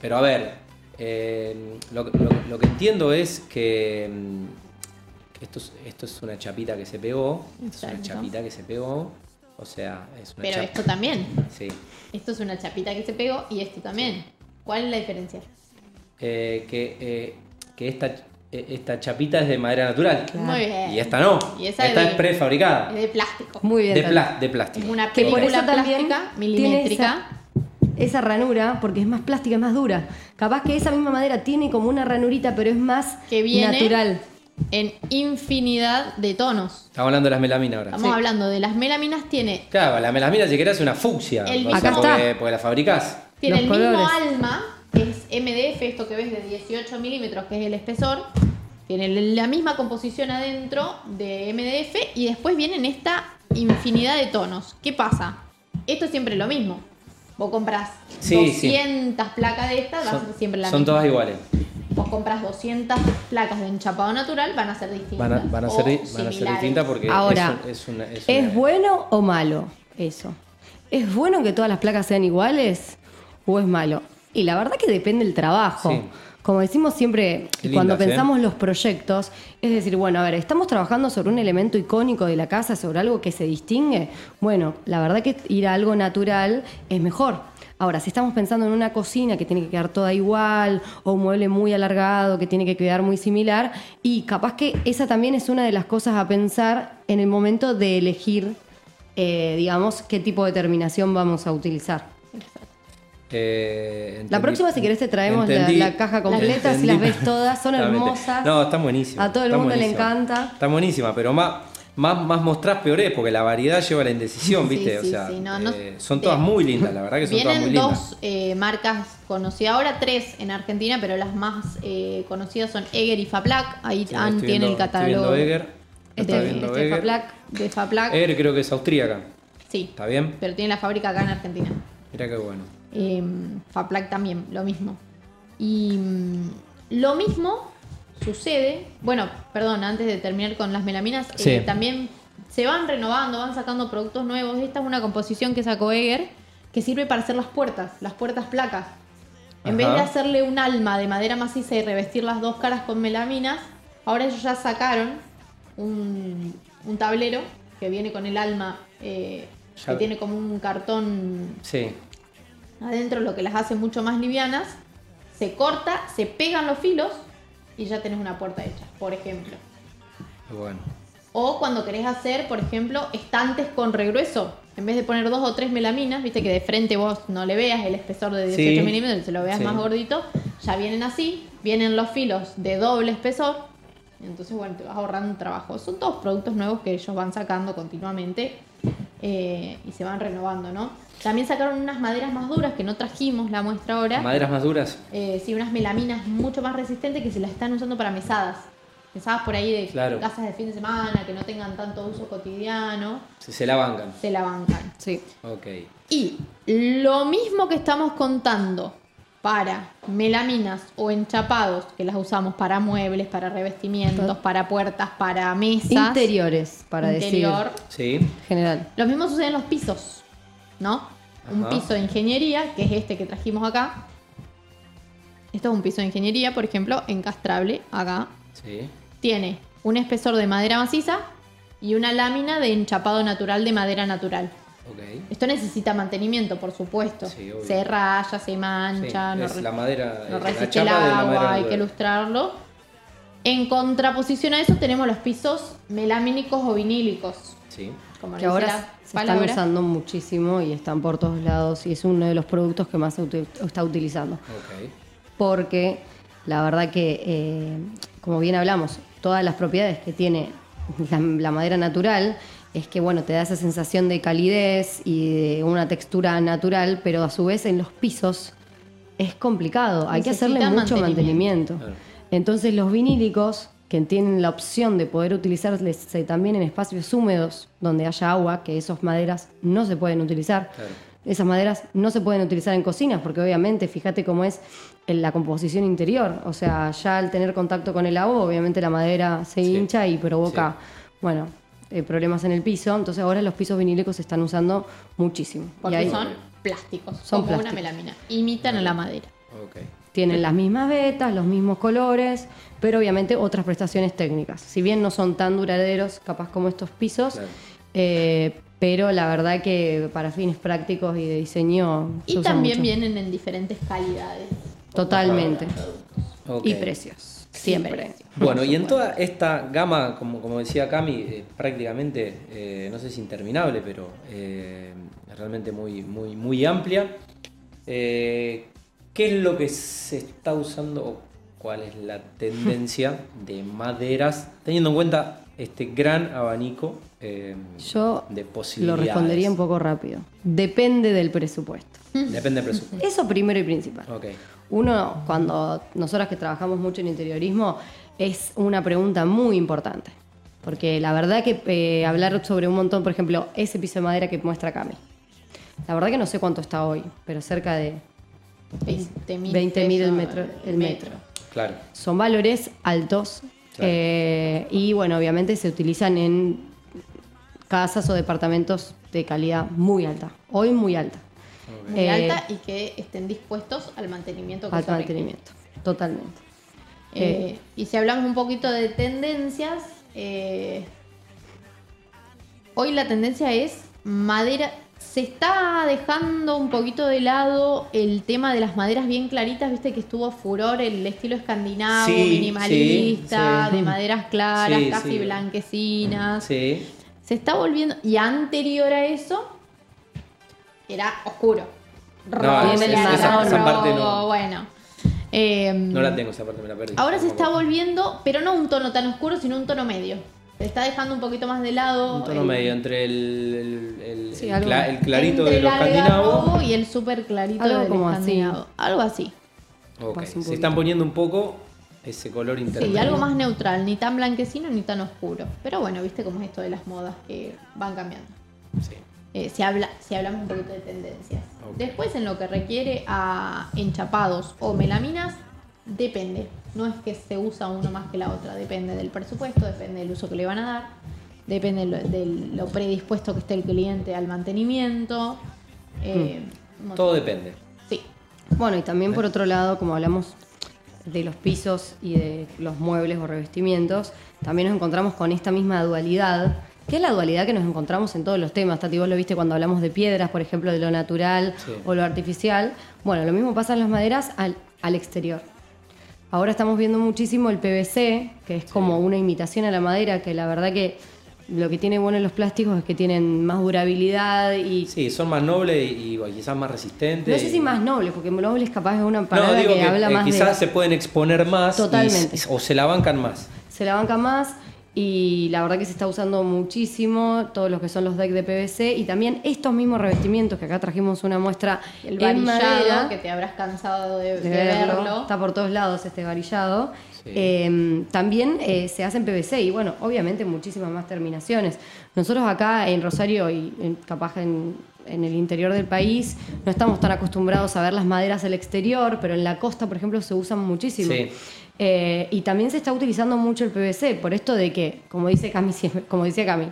[SPEAKER 1] pero... a ver, eh, lo, que- lo- lo que entiendo es que mm, esto es, esto es una chapita que se pegó. Esto es una
[SPEAKER 2] Exacto.
[SPEAKER 1] chapita que se pegó. O sea, es una
[SPEAKER 2] Pero
[SPEAKER 1] chapa-
[SPEAKER 2] esto también.
[SPEAKER 1] Sí.
[SPEAKER 2] Esto es una chapita que se pegó y esto también. ¿Cuál es la diferencia?
[SPEAKER 1] eh, que, eh, que esta, eh, esta chapita es de madera natural.
[SPEAKER 3] Claro.
[SPEAKER 2] Muy bien.
[SPEAKER 1] Y esta no.
[SPEAKER 2] Y esa
[SPEAKER 1] esta
[SPEAKER 2] de-
[SPEAKER 1] es prefabricada.
[SPEAKER 2] Es de plástico.
[SPEAKER 3] Muy bien.
[SPEAKER 1] De,
[SPEAKER 3] Tati.
[SPEAKER 1] pla- de plástico.
[SPEAKER 2] Es una
[SPEAKER 3] Que por
[SPEAKER 2] película
[SPEAKER 3] eso también
[SPEAKER 2] plástica,
[SPEAKER 3] tiene
[SPEAKER 2] milimétrica.
[SPEAKER 3] esa, esa ranura, porque es más plástica, es más dura. Capaz que esa misma madera tiene como una ranurita, pero es más
[SPEAKER 2] Que viene-
[SPEAKER 3] natural.
[SPEAKER 2] en infinidad de tonos.
[SPEAKER 1] Estamos hablando de las melaminas ahora.
[SPEAKER 2] Estamos hablando de las melaminas, tiene,
[SPEAKER 1] Claro, la melamina si querés es una fucsia.
[SPEAKER 2] El
[SPEAKER 1] o sea,
[SPEAKER 3] Acá
[SPEAKER 1] porque,
[SPEAKER 3] está.
[SPEAKER 1] porque la fabricás.
[SPEAKER 2] tiene el
[SPEAKER 3] Los
[SPEAKER 2] mismo
[SPEAKER 3] colores.
[SPEAKER 2] alma, que es MDF, esto que ves de 18 milímetros, que es el espesor. Tiene la misma composición adentro de MDF y después vienen esta infinidad de tonos. ¿Qué pasa? Esto es siempre lo mismo. Vos compras
[SPEAKER 1] Sí, sí.
[SPEAKER 2] 200 placas de estas, van a ser siempre la
[SPEAKER 1] son
[SPEAKER 2] misma.
[SPEAKER 1] todas iguales.
[SPEAKER 2] Vos compras 200 placas de enchapado natural, van a ser distintas.
[SPEAKER 1] Van a, van a
[SPEAKER 2] o
[SPEAKER 1] ser, di- van a ser
[SPEAKER 2] similares.
[SPEAKER 1] distintas porque
[SPEAKER 3] Ahora,
[SPEAKER 1] es, un- es una. Es,
[SPEAKER 3] ¿Es
[SPEAKER 1] una-
[SPEAKER 3] bueno o malo eso? ¿Es bueno que todas las placas sean iguales o es malo? Y la verdad que depende del trabajo.
[SPEAKER 1] Sí.
[SPEAKER 3] Como decimos siempre,
[SPEAKER 1] Qué
[SPEAKER 3] cuando
[SPEAKER 1] lindas, ¿eh?
[SPEAKER 3] pensamos los proyectos, es decir, bueno, a ver, estamos trabajando sobre un elemento icónico de la casa, sobre algo que se distingue. Bueno, la verdad que ir a algo natural es mejor. Ahora, si estamos pensando en una cocina que tiene que quedar toda igual, o un mueble muy alargado que tiene que quedar muy similar, y capaz que esa también es una de las cosas a pensar en el momento de elegir, eh, digamos, qué tipo de terminación vamos a utilizar.
[SPEAKER 1] Eh,
[SPEAKER 3] La
[SPEAKER 1] entendí-
[SPEAKER 3] próxima, si querés, te traemos la,
[SPEAKER 1] entendí-
[SPEAKER 3] la caja completa, si las
[SPEAKER 1] entendí-
[SPEAKER 3] ves todas,
[SPEAKER 1] *laughs*
[SPEAKER 3] son
[SPEAKER 1] Exactamente.
[SPEAKER 3] hermosas.
[SPEAKER 1] No, están buenísimas.
[SPEAKER 3] A todo el
[SPEAKER 1] están
[SPEAKER 3] mundo le
[SPEAKER 1] buenísimas.
[SPEAKER 3] encanta.
[SPEAKER 1] Están buenísimas, pero más, más, más mostrás peor es, porque la variedad lleva a la
[SPEAKER 3] *laughs*
[SPEAKER 1] indecisión,
[SPEAKER 2] Sí,
[SPEAKER 1] ¿viste?
[SPEAKER 2] sí,
[SPEAKER 1] o sea,
[SPEAKER 2] sí, no, no-
[SPEAKER 1] eh, son todas
[SPEAKER 2] de-
[SPEAKER 1] muy lindas, la verdad que son todas muy
[SPEAKER 2] Vienen
[SPEAKER 1] lindas.
[SPEAKER 2] dos eh, marcas conocidas, ahora tres en Argentina, pero las más eh, conocidas son Eger y Faplac. Ahí
[SPEAKER 1] Sí,
[SPEAKER 2] Ann
[SPEAKER 1] estoy
[SPEAKER 2] tiene el
[SPEAKER 1] viendo- estoy viendo
[SPEAKER 2] catálogo
[SPEAKER 1] Eger, lo
[SPEAKER 2] Este-
[SPEAKER 1] estaba viendo
[SPEAKER 3] este
[SPEAKER 1] Eger.
[SPEAKER 3] Faplac.
[SPEAKER 2] de Faplac.
[SPEAKER 1] Eger creo que es austríaca,
[SPEAKER 2] sí,
[SPEAKER 1] ¿está bien?
[SPEAKER 2] pero tiene la fábrica acá en Argentina.
[SPEAKER 1] Mira qué bueno.
[SPEAKER 2] Eh, Faplac también, lo mismo. Y mm, lo mismo sucede, bueno, perdón, antes de terminar con las melaminas,
[SPEAKER 1] Sí.
[SPEAKER 2] eh, también se van renovando, van sacando productos nuevos. Esta es una composición que sacó Eger que sirve para hacer las puertas, las puertas placas. En vez de
[SPEAKER 1] Ajá.
[SPEAKER 2] hacerle un alma de madera maciza y revestir las dos caras con melaminas, ahora ellos ya sacaron un, un tablero que viene con el alma, eh,
[SPEAKER 1] Ya
[SPEAKER 2] que
[SPEAKER 1] ve-
[SPEAKER 2] tiene como un cartón
[SPEAKER 1] Sí,
[SPEAKER 2] adentro lo que las hace mucho más livianas, se corta, se pegan los filos y ya tenés una puerta hecha, por ejemplo.
[SPEAKER 1] qué bueno.
[SPEAKER 2] O cuando querés hacer, por ejemplo, estantes con regrueso. En vez de poner dos o tres melaminas, viste que de frente vos no le veas el espesor de 18
[SPEAKER 1] Sí.
[SPEAKER 2] milímetros, se lo veas
[SPEAKER 1] Sí.
[SPEAKER 2] más gordito, ya vienen así, vienen los filos de doble espesor. Entonces, bueno, te vas ahorrando trabajo. Son todos productos nuevos que ellos van sacando continuamente eh, y se van renovando, ¿no? También sacaron unas maderas más duras que no trajimos la muestra ahora.
[SPEAKER 1] Maderas más duras.
[SPEAKER 2] Eh, sí, unas melaminas mucho más resistentes que se las están usando para mesadas. Mesadas por ahí de
[SPEAKER 1] Claro.
[SPEAKER 2] casas de fin de semana, que no tengan tanto uso cotidiano,
[SPEAKER 1] Se, se la bancan.
[SPEAKER 2] se la bancan.
[SPEAKER 3] Sí.
[SPEAKER 1] Ok.
[SPEAKER 2] Y lo mismo que estamos contando para melaminas o enchapados, que las usamos para muebles, para revestimientos, para puertas, para mesas.
[SPEAKER 3] Interiores, para
[SPEAKER 2] interior,
[SPEAKER 3] decir.
[SPEAKER 1] Sí.
[SPEAKER 3] General.
[SPEAKER 2] Lo mismo sucede en los pisos, ¿no? Un
[SPEAKER 1] Ajá.
[SPEAKER 2] piso de ingeniería, que es este que trajimos acá. Esto es un piso de ingeniería, por ejemplo, encastrable, acá.
[SPEAKER 1] Sí.
[SPEAKER 2] Tiene un espesor de madera maciza y una lámina de enchapado natural de madera natural.
[SPEAKER 1] Ok.
[SPEAKER 2] Esto necesita mantenimiento, por supuesto.
[SPEAKER 1] Sí, obvio.
[SPEAKER 2] se raya, se
[SPEAKER 1] Sí,
[SPEAKER 2] mancha, no,
[SPEAKER 1] es
[SPEAKER 2] re-
[SPEAKER 1] la madera,
[SPEAKER 2] no
[SPEAKER 1] es la
[SPEAKER 2] resiste el
[SPEAKER 1] chapa de la madera
[SPEAKER 2] agua, hay
[SPEAKER 1] dura.
[SPEAKER 2] que lustrarlo. En contraposición a eso tenemos los pisos melamínicos o vinílicos.
[SPEAKER 1] Sí.
[SPEAKER 2] Como
[SPEAKER 3] Que
[SPEAKER 2] le dice
[SPEAKER 3] ahora
[SPEAKER 2] la
[SPEAKER 3] se
[SPEAKER 2] palabra.
[SPEAKER 3] están usando muchísimo y están por todos lados y es uno de los productos que más se uti- está utilizando.
[SPEAKER 1] Ok.
[SPEAKER 3] porque la verdad que, eh, como bien hablamos, todas las propiedades que tiene la, la madera natural es que, bueno, te da esa sensación de calidez y de una textura natural, pero a su vez en los pisos es complicado, hay que hacerle
[SPEAKER 2] Necesita
[SPEAKER 3] mucho mantenimiento.
[SPEAKER 1] Claro.
[SPEAKER 3] Entonces los vinílicos que tienen la opción de poder utilizarse también en espacios húmedos donde haya agua, que esas maderas no se pueden utilizar.
[SPEAKER 1] Claro.
[SPEAKER 3] Esas maderas no se pueden utilizar en cocinas porque obviamente, fíjate cómo es en la composición interior. O sea, ya al tener contacto con el agua, obviamente la madera se
[SPEAKER 1] Sí.
[SPEAKER 3] hincha y provoca, bueno, eh, problemas en el piso. Entonces ahora los pisos vinílicos se están usando muchísimo.
[SPEAKER 2] Porque
[SPEAKER 3] y ahí
[SPEAKER 2] son plásticos,
[SPEAKER 3] Son
[SPEAKER 2] como una
[SPEAKER 3] plásticos.
[SPEAKER 2] melamina. Imitan a la madera.
[SPEAKER 1] Ok.
[SPEAKER 3] tienen las mismas vetas, los mismos colores, pero obviamente otras prestaciones técnicas. Si bien no son tan duraderos, capaz como estos pisos,
[SPEAKER 1] Claro.
[SPEAKER 3] eh, pero la verdad que para fines prácticos y de diseño... se
[SPEAKER 2] Y
[SPEAKER 3] usan
[SPEAKER 2] también
[SPEAKER 3] mucho.
[SPEAKER 2] vienen en diferentes calidades.
[SPEAKER 3] Totalmente.
[SPEAKER 1] Ok.
[SPEAKER 3] Y precios. Siempre.
[SPEAKER 1] Bueno, y en toda esta gama, como, como decía Cami, eh, prácticamente, eh, no sé si interminable, pero eh, realmente muy, muy, muy amplia, eh, ¿qué es lo que se está usando o cuál es la tendencia de maderas, teniendo en cuenta este gran abanico eh,
[SPEAKER 3] Yo
[SPEAKER 1] de posibilidades?
[SPEAKER 3] lo respondería un poco rápido. Depende del presupuesto.
[SPEAKER 1] Depende del presupuesto.
[SPEAKER 3] Eso primero y principal.
[SPEAKER 1] Ok,
[SPEAKER 3] Uno, cuando nosotras que trabajamos mucho en interiorismo, es una pregunta muy importante. Porque la verdad que eh, hablar sobre un montón, por ejemplo, ese piso de madera que muestra Cami. La verdad que no sé cuánto está hoy, pero cerca de
[SPEAKER 2] 20.000
[SPEAKER 3] 20.000 el
[SPEAKER 2] pesos
[SPEAKER 3] metro. El metro.
[SPEAKER 1] claro.
[SPEAKER 3] Son valores altos
[SPEAKER 1] Claro.
[SPEAKER 3] eh, y bueno, obviamente se utilizan en casas o departamentos de calidad muy alta. Hoy muy alta.
[SPEAKER 2] Muy
[SPEAKER 3] Eh,
[SPEAKER 2] alta y que estén dispuestos al mantenimiento que
[SPEAKER 3] Alto
[SPEAKER 2] se requiere.
[SPEAKER 3] mantenimiento. Totalmente.
[SPEAKER 2] Eh, y si hablamos un poquito de tendencias, eh, hoy la tendencia es madera. Se está dejando un poquito de lado el tema de las maderas bien claritas, viste que estuvo furor el estilo escandinavo,
[SPEAKER 1] Sí,
[SPEAKER 2] minimalista,
[SPEAKER 1] sí, sí.
[SPEAKER 2] de maderas claras,
[SPEAKER 1] Sí,
[SPEAKER 2] casi
[SPEAKER 1] sí.
[SPEAKER 2] blanquecinas.
[SPEAKER 1] Ah, Sí,
[SPEAKER 2] Se está volviendo, y anterior a eso, era oscuro.
[SPEAKER 1] No,
[SPEAKER 2] Rojo,
[SPEAKER 3] esa- esa-
[SPEAKER 2] claro,
[SPEAKER 3] esa
[SPEAKER 1] parte
[SPEAKER 2] rojo,
[SPEAKER 1] no.
[SPEAKER 2] Bueno. Em,
[SPEAKER 1] no la tengo esa parte, me la perdí.
[SPEAKER 2] Ahora se
[SPEAKER 1] No me
[SPEAKER 2] está
[SPEAKER 1] acuerdo.
[SPEAKER 2] volviendo, pero no un tono tan oscuro, sino un tono medio. Se está dejando un poquito más de lado.
[SPEAKER 1] Un tono
[SPEAKER 2] el-
[SPEAKER 1] medio entre el, el- el-
[SPEAKER 3] Sí,
[SPEAKER 1] el
[SPEAKER 3] algo-
[SPEAKER 1] cla- el clarito
[SPEAKER 2] entre
[SPEAKER 1] de los
[SPEAKER 2] el
[SPEAKER 1] escandinavos.
[SPEAKER 2] algarrobo y el súper clarito
[SPEAKER 3] Algo
[SPEAKER 2] del
[SPEAKER 3] como así.
[SPEAKER 2] escandinavo. Algo así.
[SPEAKER 1] Ok,
[SPEAKER 3] Más un
[SPEAKER 1] Se
[SPEAKER 3] poquito.
[SPEAKER 1] están poniendo un poco ese color intermedio.
[SPEAKER 2] Sí, algo más neutral, ni tan blanquecino ni tan oscuro. Pero bueno, viste cómo es esto de las modas que van cambiando.
[SPEAKER 1] Sí.
[SPEAKER 2] Eh, si, habla, si hablamos un poquito de tendencias.
[SPEAKER 1] Ah, Ok.
[SPEAKER 2] Después, en lo que requiere a enchapados o melaminas, depende. No es que se usa uno más que la otra, depende del presupuesto, depende del uso que le van a dar, depende lo- de lo predispuesto que esté el cliente al mantenimiento. eh, un montón.
[SPEAKER 1] Hmm. Todo depende.
[SPEAKER 2] Sí,
[SPEAKER 3] Bueno, y también por otro lado, como hablamos de los pisos y de los muebles o revestimientos, también nos encontramos con esta misma dualidad, que es la dualidad que nos encontramos en todos los temas. Tati, vos lo viste cuando hablamos de piedras, por ejemplo, de lo natural
[SPEAKER 1] Sí.
[SPEAKER 3] o lo artificial. Bueno, lo mismo pasa en las maderas al, al exterior. Ahora estamos viendo muchísimo el PVC, que es como una imitación a la madera, que la verdad que Lo que tiene bueno en los plásticos es que tienen más durabilidad y
[SPEAKER 1] Sí, son más nobles y, y quizás más resistentes.
[SPEAKER 3] no sé si
[SPEAKER 1] y-
[SPEAKER 3] más nobles, porque nobles capaz es una
[SPEAKER 1] No,
[SPEAKER 3] palabra
[SPEAKER 1] digo
[SPEAKER 3] que,
[SPEAKER 1] que,
[SPEAKER 3] habla
[SPEAKER 1] eh,
[SPEAKER 3] más
[SPEAKER 1] quizás
[SPEAKER 3] de
[SPEAKER 1] se pueden exponer más. y-
[SPEAKER 3] Totalmente.
[SPEAKER 1] o se la bancan más.
[SPEAKER 3] se la banca más y la verdad que se está usando muchísimo todos los que son los deck de PVC y también estos mismos revestimientos que acá trajimos una muestra
[SPEAKER 2] El
[SPEAKER 3] en madera
[SPEAKER 2] varillado, que te habrás cansado de, de
[SPEAKER 3] de
[SPEAKER 2] verlo.
[SPEAKER 3] verlo. está por todos lados este varillado
[SPEAKER 1] Sí.
[SPEAKER 3] Eh, también eh, se hacen PVC y bueno obviamente muchísimas más terminaciones nosotros acá en Rosario y en- capaz en, en el interior del país no estamos tan acostumbrados a ver las maderas al exterior pero en la costa por ejemplo se usan muchísimo
[SPEAKER 1] Sí.
[SPEAKER 3] eh, y también se está utilizando mucho el PVC, por esto de que, como dice Cami, *laughs* siempre- como decía Cami,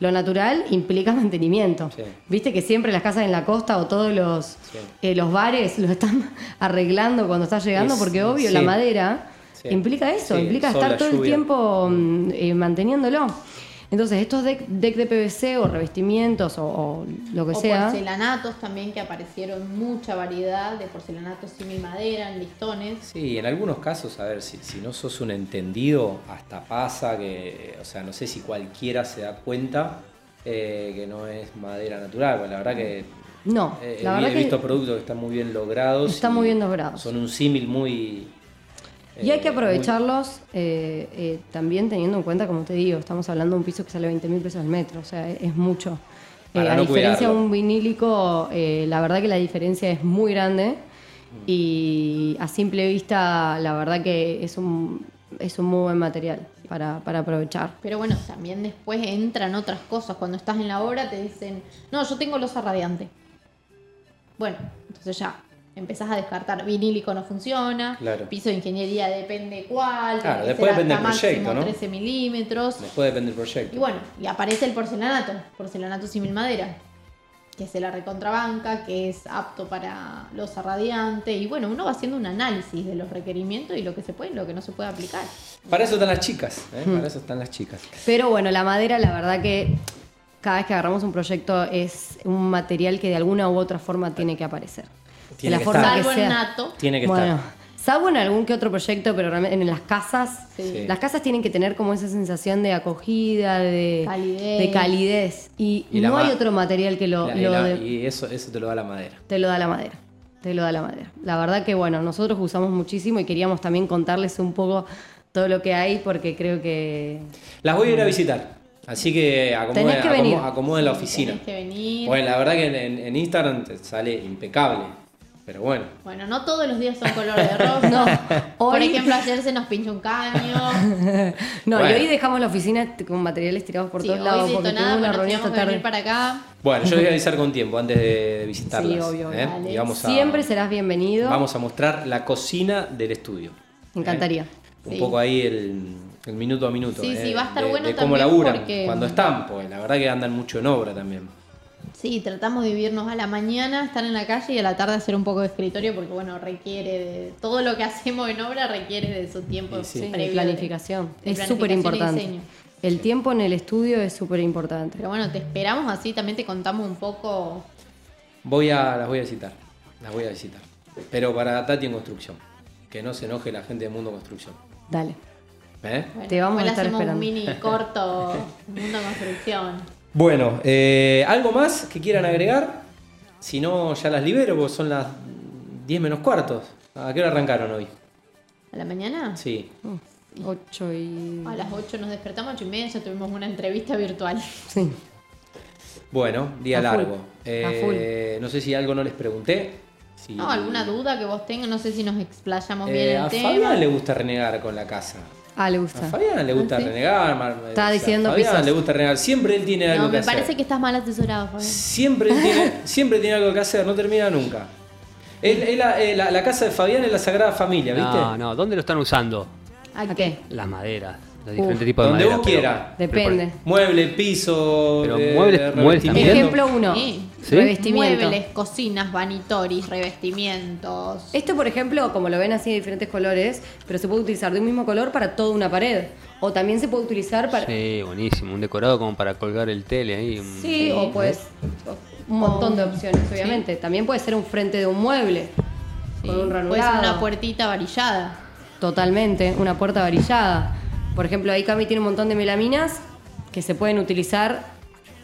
[SPEAKER 3] lo natural implica mantenimiento.
[SPEAKER 1] Sí.
[SPEAKER 3] Viste que siempre las casas en la costa o todos los,
[SPEAKER 1] Sí.
[SPEAKER 3] eh, los bares lo están *laughs* arreglando cuando está llegando,
[SPEAKER 1] Es-
[SPEAKER 3] porque obvio, la
[SPEAKER 1] sí.
[SPEAKER 3] madera
[SPEAKER 1] Sí.
[SPEAKER 3] implica eso,
[SPEAKER 1] Sí, el
[SPEAKER 3] implica
[SPEAKER 1] sol,
[SPEAKER 3] estar
[SPEAKER 1] la
[SPEAKER 3] todo el
[SPEAKER 1] lluvia.
[SPEAKER 3] tiempo mm, eh, manteniéndolo. Entonces, estos deck, deck de PVC o revestimientos o, o lo que
[SPEAKER 2] O
[SPEAKER 3] sea.
[SPEAKER 2] porcelanatos también, que aparecieron mucha variedad de porcelanatos semi madera, en listones.
[SPEAKER 1] Sí, en algunos casos, a ver, si, si no sos un entendido, hasta pasa que, o sea, no sé si cualquiera se da cuenta eh, que no es madera natural. Bueno, la verdad que
[SPEAKER 3] No,
[SPEAKER 1] eh,
[SPEAKER 3] la
[SPEAKER 1] he,
[SPEAKER 3] verdad
[SPEAKER 1] he
[SPEAKER 3] que-
[SPEAKER 1] visto productos que están muy bien logrados.
[SPEAKER 3] Están
[SPEAKER 1] y
[SPEAKER 3] muy bien logrados.
[SPEAKER 1] Son un símil muy...
[SPEAKER 3] Y hay
[SPEAKER 1] eh,
[SPEAKER 3] que
[SPEAKER 1] muy-
[SPEAKER 3] aprovecharlos eh, eh, también teniendo en cuenta, como te digo, estamos hablando de un piso que sale 20 mil pesos al metro, o sea, es, es mucho. Eh,
[SPEAKER 1] Para
[SPEAKER 3] a
[SPEAKER 1] no
[SPEAKER 3] diferencia de
[SPEAKER 1] cuidarlo.
[SPEAKER 3] un vinílico, eh, la verdad que la diferencia es muy grande y a simple vista, la verdad que es un, es un muy buen material para, para aprovechar.
[SPEAKER 2] Pero bueno, también después entran otras cosas. Cuando estás en la obra te dicen, no, yo tengo losa radiante. Bueno, entonces ya empezás a descartar. Vinílico no funciona,
[SPEAKER 1] Claro.
[SPEAKER 2] piso de ingeniería depende cuál,
[SPEAKER 1] Claro,
[SPEAKER 2] tiene que
[SPEAKER 1] después
[SPEAKER 2] ser
[SPEAKER 1] depende
[SPEAKER 2] hasta
[SPEAKER 1] del proyecto,
[SPEAKER 2] máximo
[SPEAKER 1] ¿no?
[SPEAKER 2] 13 milímetros.
[SPEAKER 1] Después depende del proyecto.
[SPEAKER 2] Y bueno, y aparece el porcelanato, porcelanato simil madera, que se la recontrabanca, que es apto para losa radiante. Y bueno, uno va haciendo un análisis de los requerimientos y lo que se puede y lo que no se puede aplicar.
[SPEAKER 1] Para eso están las chicas, ¿eh?
[SPEAKER 3] Hmm.
[SPEAKER 1] para eso están las chicas.
[SPEAKER 3] Pero bueno, la madera, la verdad que cada vez que agarramos un proyecto es un material que de alguna u otra forma tiene que aparecer. de
[SPEAKER 1] Tiene
[SPEAKER 3] la
[SPEAKER 1] que
[SPEAKER 3] forma
[SPEAKER 1] estar.
[SPEAKER 3] que
[SPEAKER 2] Salvo el
[SPEAKER 3] sea.
[SPEAKER 2] nato.
[SPEAKER 1] Tiene que
[SPEAKER 3] bueno,
[SPEAKER 1] estar.
[SPEAKER 3] salvo en algún que otro proyecto, pero realmente en las casas, eh,
[SPEAKER 2] Sí.
[SPEAKER 3] las casas tienen que tener como esa sensación de acogida, de
[SPEAKER 2] Calidez.
[SPEAKER 3] de calidez. Y,
[SPEAKER 1] Y la
[SPEAKER 3] no hay
[SPEAKER 1] ma-
[SPEAKER 3] otro material que lo,
[SPEAKER 1] La-
[SPEAKER 3] lo
[SPEAKER 1] y la-
[SPEAKER 3] de-
[SPEAKER 1] y eso, eso te lo da la madera.
[SPEAKER 3] te lo da la madera. Te lo da la madera. La verdad que bueno, nosotros usamos muchísimo y queríamos también contarles un poco todo lo que hay porque creo que
[SPEAKER 1] Las voy a ir a visitar. Así que acomoden,
[SPEAKER 3] Tenés que
[SPEAKER 1] acomo-
[SPEAKER 3] venir.
[SPEAKER 1] acomoden la oficina.
[SPEAKER 2] Tenés que venir.
[SPEAKER 1] Bueno, la verdad que en, en- en Instagram te sale impecable. Pero bueno.
[SPEAKER 2] Bueno, no todos los días son color
[SPEAKER 3] *laughs*
[SPEAKER 2] de rosa.
[SPEAKER 3] No,
[SPEAKER 2] Por
[SPEAKER 3] hoy-
[SPEAKER 2] ejemplo, ayer se nos pinchó un caño.
[SPEAKER 3] No, y
[SPEAKER 1] Bueno.
[SPEAKER 3] hoy dejamos la oficina t- con materiales tirados *laughs* por
[SPEAKER 2] Sí,
[SPEAKER 3] todos
[SPEAKER 2] hoy
[SPEAKER 3] lados
[SPEAKER 2] se
[SPEAKER 3] porque
[SPEAKER 2] hizo nada,
[SPEAKER 3] tuvimos una
[SPEAKER 2] pero nos
[SPEAKER 3] reunión
[SPEAKER 2] teníamos
[SPEAKER 3] esta
[SPEAKER 2] que venir
[SPEAKER 3] tarde.
[SPEAKER 2] para acá.
[SPEAKER 1] Bueno, yo voy a avisar con tiempo antes de visitarlas.
[SPEAKER 3] Sí, obvio,
[SPEAKER 1] ¿eh?
[SPEAKER 3] obvio.
[SPEAKER 1] Y vamos a,
[SPEAKER 3] Siempre serás bienvenido.
[SPEAKER 1] Vamos a mostrar la cocina del estudio.
[SPEAKER 3] Me encantaría.
[SPEAKER 1] Un
[SPEAKER 2] Sí.
[SPEAKER 1] poco ahí el, el minuto a minuto.
[SPEAKER 2] Sí,
[SPEAKER 1] ¿eh?
[SPEAKER 2] sí, va a estar
[SPEAKER 1] de,
[SPEAKER 2] bueno
[SPEAKER 1] de cómo
[SPEAKER 2] también
[SPEAKER 1] laburan,
[SPEAKER 2] porque-
[SPEAKER 1] cuando están, pues la verdad que andan mucho en obra también.
[SPEAKER 2] Sí, tratamos de vivirnos a la mañana, estar en la calle y a la tarde hacer un poco de escritorio porque, bueno, requiere de. Todo lo que hacemos en obra requiere de su tiempo
[SPEAKER 1] Sí, sí.
[SPEAKER 3] Sí,
[SPEAKER 2] previo.
[SPEAKER 3] de planificación.
[SPEAKER 2] de
[SPEAKER 3] es
[SPEAKER 2] planificación
[SPEAKER 3] súper
[SPEAKER 2] y
[SPEAKER 3] importante.
[SPEAKER 2] diseño.
[SPEAKER 3] El tiempo en el estudio es súper importante.
[SPEAKER 2] Pero bueno, te esperamos así, también te contamos un poco.
[SPEAKER 1] Voy a, las voy a visitar. Las voy a visitar. Pero para Tati en construcción. Que no se enoje la gente de Mundo Construcción.
[SPEAKER 3] Dale.
[SPEAKER 1] ¿eh?
[SPEAKER 2] Bueno,
[SPEAKER 3] Te vamos a
[SPEAKER 2] igual
[SPEAKER 3] estar
[SPEAKER 2] hacemos
[SPEAKER 3] esperando.
[SPEAKER 2] un
[SPEAKER 3] *laughs*
[SPEAKER 2] mini corto mundo construcción.
[SPEAKER 1] Bueno, eh, ¿algo más que quieran agregar? Si no, ya las libero, porque son las 10 menos cuartos. ¿A qué hora arrancaron hoy?
[SPEAKER 2] ¿A la mañana?
[SPEAKER 1] Sí.
[SPEAKER 3] Mm, Ocho y.
[SPEAKER 2] A las 8 nos despertamos, 8 y media, ya tuvimos una entrevista virtual.
[SPEAKER 3] Sí.
[SPEAKER 1] Bueno, día
[SPEAKER 3] A full,
[SPEAKER 1] largo.
[SPEAKER 3] a
[SPEAKER 1] Eh, no sé si algo no les pregunté. si-
[SPEAKER 2] No, alguna duda que vos tengas, no sé si nos explayamos bien
[SPEAKER 1] Eh,
[SPEAKER 2] el
[SPEAKER 1] a
[SPEAKER 2] tema.
[SPEAKER 1] Fabián le gusta renegar con la casa.
[SPEAKER 3] Ah, le
[SPEAKER 1] A
[SPEAKER 3] gusta.
[SPEAKER 1] Fabián le gusta
[SPEAKER 3] Ah, sí.
[SPEAKER 1] renegar. Mar-
[SPEAKER 3] Estaba diciendo
[SPEAKER 1] A Fabián
[SPEAKER 3] pisos.
[SPEAKER 1] le gusta renegar. Siempre él tiene algo
[SPEAKER 2] no,
[SPEAKER 1] que
[SPEAKER 2] me
[SPEAKER 1] hacer.
[SPEAKER 2] parece que estás mal asesorado, Fabián.
[SPEAKER 1] Siempre él
[SPEAKER 2] *laughs*
[SPEAKER 1] tiene, siempre tiene algo que hacer, no termina nunca. Él- él- eh, la, la casa de Fabián es la Sagrada Familia, ¿viste?
[SPEAKER 3] Ah,
[SPEAKER 4] No, no, ¿dónde lo están usando?
[SPEAKER 3] ¿A qué?
[SPEAKER 4] Las maderas, los diferentes tipos de
[SPEAKER 1] donde
[SPEAKER 4] maderas.
[SPEAKER 1] vos
[SPEAKER 4] pero-
[SPEAKER 1] quiera.
[SPEAKER 4] pero
[SPEAKER 3] Depende.
[SPEAKER 1] Mueble, piso, eh,
[SPEAKER 4] Pero muebles- muebles
[SPEAKER 1] revestimiento.
[SPEAKER 4] también.
[SPEAKER 3] Ejemplo uno.
[SPEAKER 2] Sí.
[SPEAKER 4] ¿Sí?
[SPEAKER 3] Revestimiento.
[SPEAKER 2] Muebles, cocinas, vanitoris, revestimientos.
[SPEAKER 3] Esto, por ejemplo, como lo ven así de diferentes colores, pero se puede utilizar de un mismo color para toda una pared. O también se puede utilizar
[SPEAKER 4] por-
[SPEAKER 3] para.
[SPEAKER 4] Sí, buenísimo. Un decorado como para colgar el tele ahí. un-
[SPEAKER 3] Sí, o pues un montón de opciones, obviamente. También puede ser un frente de un mueble. Con un ranulado.
[SPEAKER 2] Puede ser una puertita varillada.
[SPEAKER 3] Totalmente, una puerta varillada. Por ejemplo, ahí Cami tiene un montón de melaminas. que se pueden utilizar,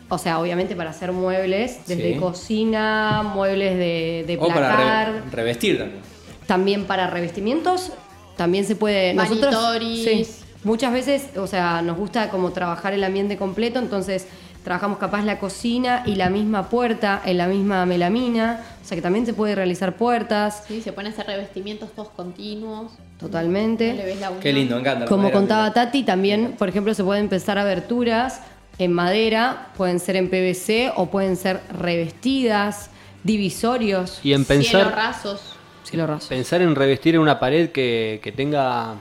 [SPEAKER 3] o sea, obviamente para hacer muebles, desde
[SPEAKER 1] Sí.
[SPEAKER 3] cocina, muebles de, de
[SPEAKER 1] O para re-
[SPEAKER 3] placar,
[SPEAKER 1] revestir también.
[SPEAKER 3] también para revestimientos, también se puede...
[SPEAKER 2] Vanitoris.
[SPEAKER 3] muchas veces, o sea, nos gusta como trabajar el ambiente completo, entonces trabajamos capaz la cocina y la misma puerta en la misma melamina, o sea que también se puede realizar puertas,
[SPEAKER 2] Sí, se ponen a hacer revestimientos todos continuos.
[SPEAKER 3] totalmente.
[SPEAKER 2] No le ves la uña.
[SPEAKER 1] Qué lindo, me encanta. la
[SPEAKER 3] Como
[SPEAKER 1] madera.
[SPEAKER 3] contaba Tati, también, por ejemplo, se pueden pensar aberturas en madera, pueden ser en PVC o pueden ser revestidas, divisorios.
[SPEAKER 4] Y en
[SPEAKER 2] Cielos
[SPEAKER 4] pensar,
[SPEAKER 2] rasos.
[SPEAKER 3] Si lo raso.
[SPEAKER 4] pensar en revestir en una pared que, que tenga,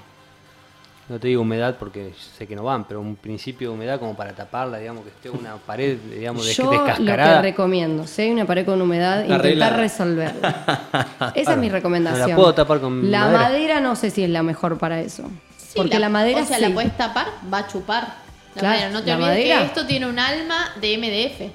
[SPEAKER 4] no te digo humedad porque sé que no van, pero un principio de humedad como para taparla, digamos, que esté una pared, digamos, des-
[SPEAKER 3] Yo lo que
[SPEAKER 4] descascarada.
[SPEAKER 3] recomiendo, si hay una pared con humedad,
[SPEAKER 1] Arreglala.
[SPEAKER 3] intentar
[SPEAKER 4] *laughs*
[SPEAKER 3] resolverla. Esa es mi recomendación.
[SPEAKER 4] No la puedo tapar con
[SPEAKER 3] La
[SPEAKER 4] madera.
[SPEAKER 3] madera. no sé si es la mejor para eso.
[SPEAKER 2] Sí,
[SPEAKER 3] Porque la, madera
[SPEAKER 2] O sea,
[SPEAKER 3] sí.
[SPEAKER 2] la puedes tapar, va a chupar. La
[SPEAKER 3] Claro,
[SPEAKER 2] madera. No te
[SPEAKER 3] la
[SPEAKER 2] olvides
[SPEAKER 3] madera.
[SPEAKER 2] que esto tiene un alma de MDF.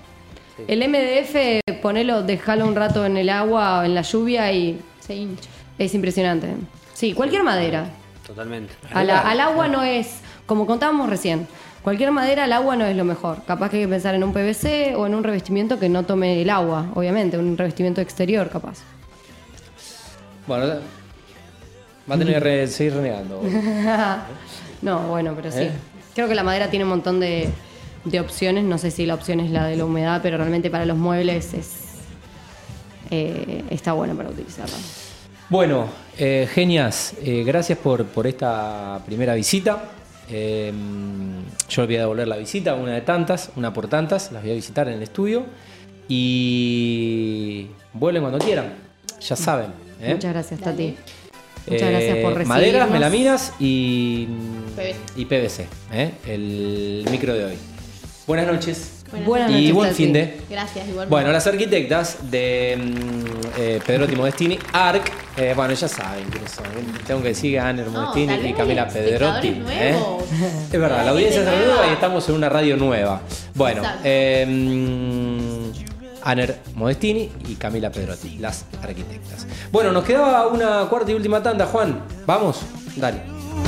[SPEAKER 3] El MDF, ponelo, dejalo un rato en el agua o en la lluvia y
[SPEAKER 2] Se hincha.
[SPEAKER 3] es impresionante. Sí, cualquier madera.
[SPEAKER 4] Totalmente.
[SPEAKER 3] A la- al agua no es, como contábamos recién, cualquier madera al agua no es lo mejor. Capaz que hay que pensar en un PVC o en un revestimiento que no tome el agua, obviamente, un revestimiento exterior capaz.
[SPEAKER 1] Bueno, va a tener que re- seguir
[SPEAKER 3] *laughs*
[SPEAKER 1] renegando.
[SPEAKER 3] no, bueno, pero sí.
[SPEAKER 1] ¿Eh?
[SPEAKER 3] Creo que la madera tiene un montón de, de opciones, no sé si la opción es la de la humedad, pero realmente para los muebles es... eh, está bueno para utilizarla.
[SPEAKER 1] Bueno, eh, genias, eh, gracias por, por esta primera visita. Eh, yo les voy a devolver la visita, una de tantas, una por tantas, las voy a visitar en el estudio. Y vuelven cuando quieran, ya saben. ¿eh?
[SPEAKER 3] Muchas gracias, Tati.
[SPEAKER 2] Dale.
[SPEAKER 3] Muchas gracias por recibirnos.
[SPEAKER 1] Maderas, melaminas y
[SPEAKER 2] PVC.
[SPEAKER 1] y PVC, ¿eh? el micro de hoy. Buenas noches.
[SPEAKER 2] Buenas
[SPEAKER 3] Buenas
[SPEAKER 1] y
[SPEAKER 3] noches,
[SPEAKER 1] buen
[SPEAKER 3] Tati.
[SPEAKER 1] fin de.
[SPEAKER 2] Gracias, igualmente.
[SPEAKER 1] Bueno, las arquitectas de mm, eh, Pedro Timodestini, ARC, eh, bueno, ya saben quiénes son. Tengo que decir a Anner
[SPEAKER 2] No,
[SPEAKER 1] Modestini
[SPEAKER 2] tal vez
[SPEAKER 1] y
[SPEAKER 2] hay
[SPEAKER 1] Camila Pedrotti.
[SPEAKER 2] espectadores
[SPEAKER 1] ¿eh?
[SPEAKER 2] nuevos.
[SPEAKER 1] Es verdad, la
[SPEAKER 2] Hay
[SPEAKER 1] audiencia
[SPEAKER 2] gente
[SPEAKER 1] es nueva
[SPEAKER 2] nueva.
[SPEAKER 1] y estamos en una radio nueva. Bueno,
[SPEAKER 2] Exacto.
[SPEAKER 1] eh, mm, Aner Modestini y Camila Pedrotti, las arquitectas. Bueno, nos quedaba una cuarta y última tanda, Juan. Vamos, dale.